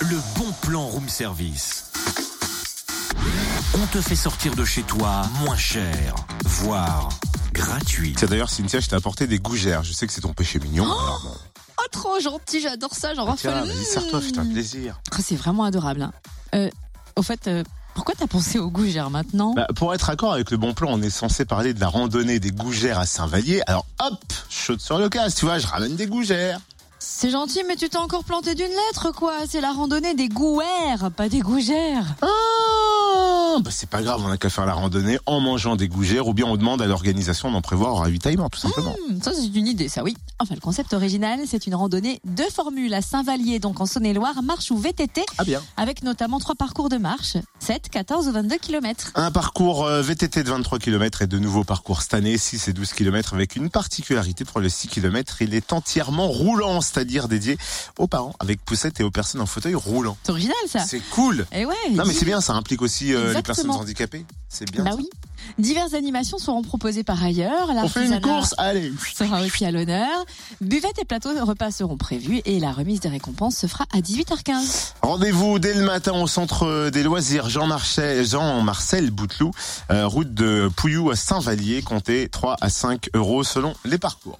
le bon plan room service. On te fait sortir de chez toi moins cher, voire gratuit. Tiens, d'ailleurs, Cynthia, je t'ai apporté des gougères. Je sais que c'est ton péché mignon. alors bon. Oh, trop gentil, j'adore ça, j'en Tiens, rafale. vas-y, sers-toi, fais-toi plaisir. Ah, C'est vraiment adorable. hein. Euh, au fait, euh, pourquoi t'as pensé au gougère maintenant Bah, pour être accord avec le bon plan, on est censé parler de la randonnée des gougères à Saint-Vallier. Alors hop, chaude sur le casse, tu vois, je ramène des gougères. C'est gentil, mais tu t'es encore planté d'une lettre, quoi. C'est la randonnée des gouères, pas des gougères. Ah, bah c'est pas grave, on n'a qu'à faire la randonnée en mangeant des gougères ou bien on demande à l'organisation d'en prévoir au ravitaillement, tout simplement. Hmm, ça, c'est une idée, ça, oui. Enfin, le concept original, c'est une randonnée de formule à Saint-Vallier, donc en Saône-et-Loire, marche ou VTT, Ah bien. avec notamment trois parcours de marche 7, 14 ou 22 km. Un parcours euh, VTT de 23 km et de nouveaux parcours cette année, 6 et 12 km, avec une particularité pour le 6 km, il est entièrement roulant, c'est-à-dire dédié aux parents avec poussette et aux personnes en fauteuil roulant. C'est original, ça. C'est cool Et ouais. Non mais c'est bien, ça implique aussi euh, les personnes Ah. Exactement. handicapées. C'est bien. Bah ça. oui. Diverses animations seront proposées par ailleurs. On fait une L'artisanat- course, allez sera aussi à l'honneur. Buvettes et plateaux de repas seront prévus et la remise des récompenses se fera à 18h15. Rendez-vous dès le matin au centre des loisirs Jean Marchais, Jean Marcel Bouteloup, euh, route de Pouillou à Saint-Vallier, comptez 3 à 5 euros selon les parcours.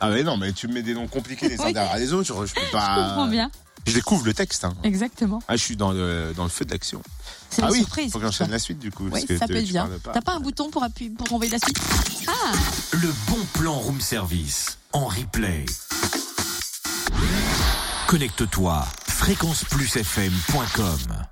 Ah mais non, mais tu me mets des noms compliqués les uns Oui. derrière les autres, je, je peux pas. Je comprends bien. Je découvre le texte. Hein. Exactement. Ah, je suis dans le, dans le feu de l'action. C'est ah la oui, surprise. faut que j'enchaîne la suite du coup. Oui, parce que ça tu- peut être tu bien. parles pas. T'as pas un bouton pour, appuyer, pour envoyer la suite Ah Le bon plan room service en replay. Connecte-toi fréquenceplusfm.com.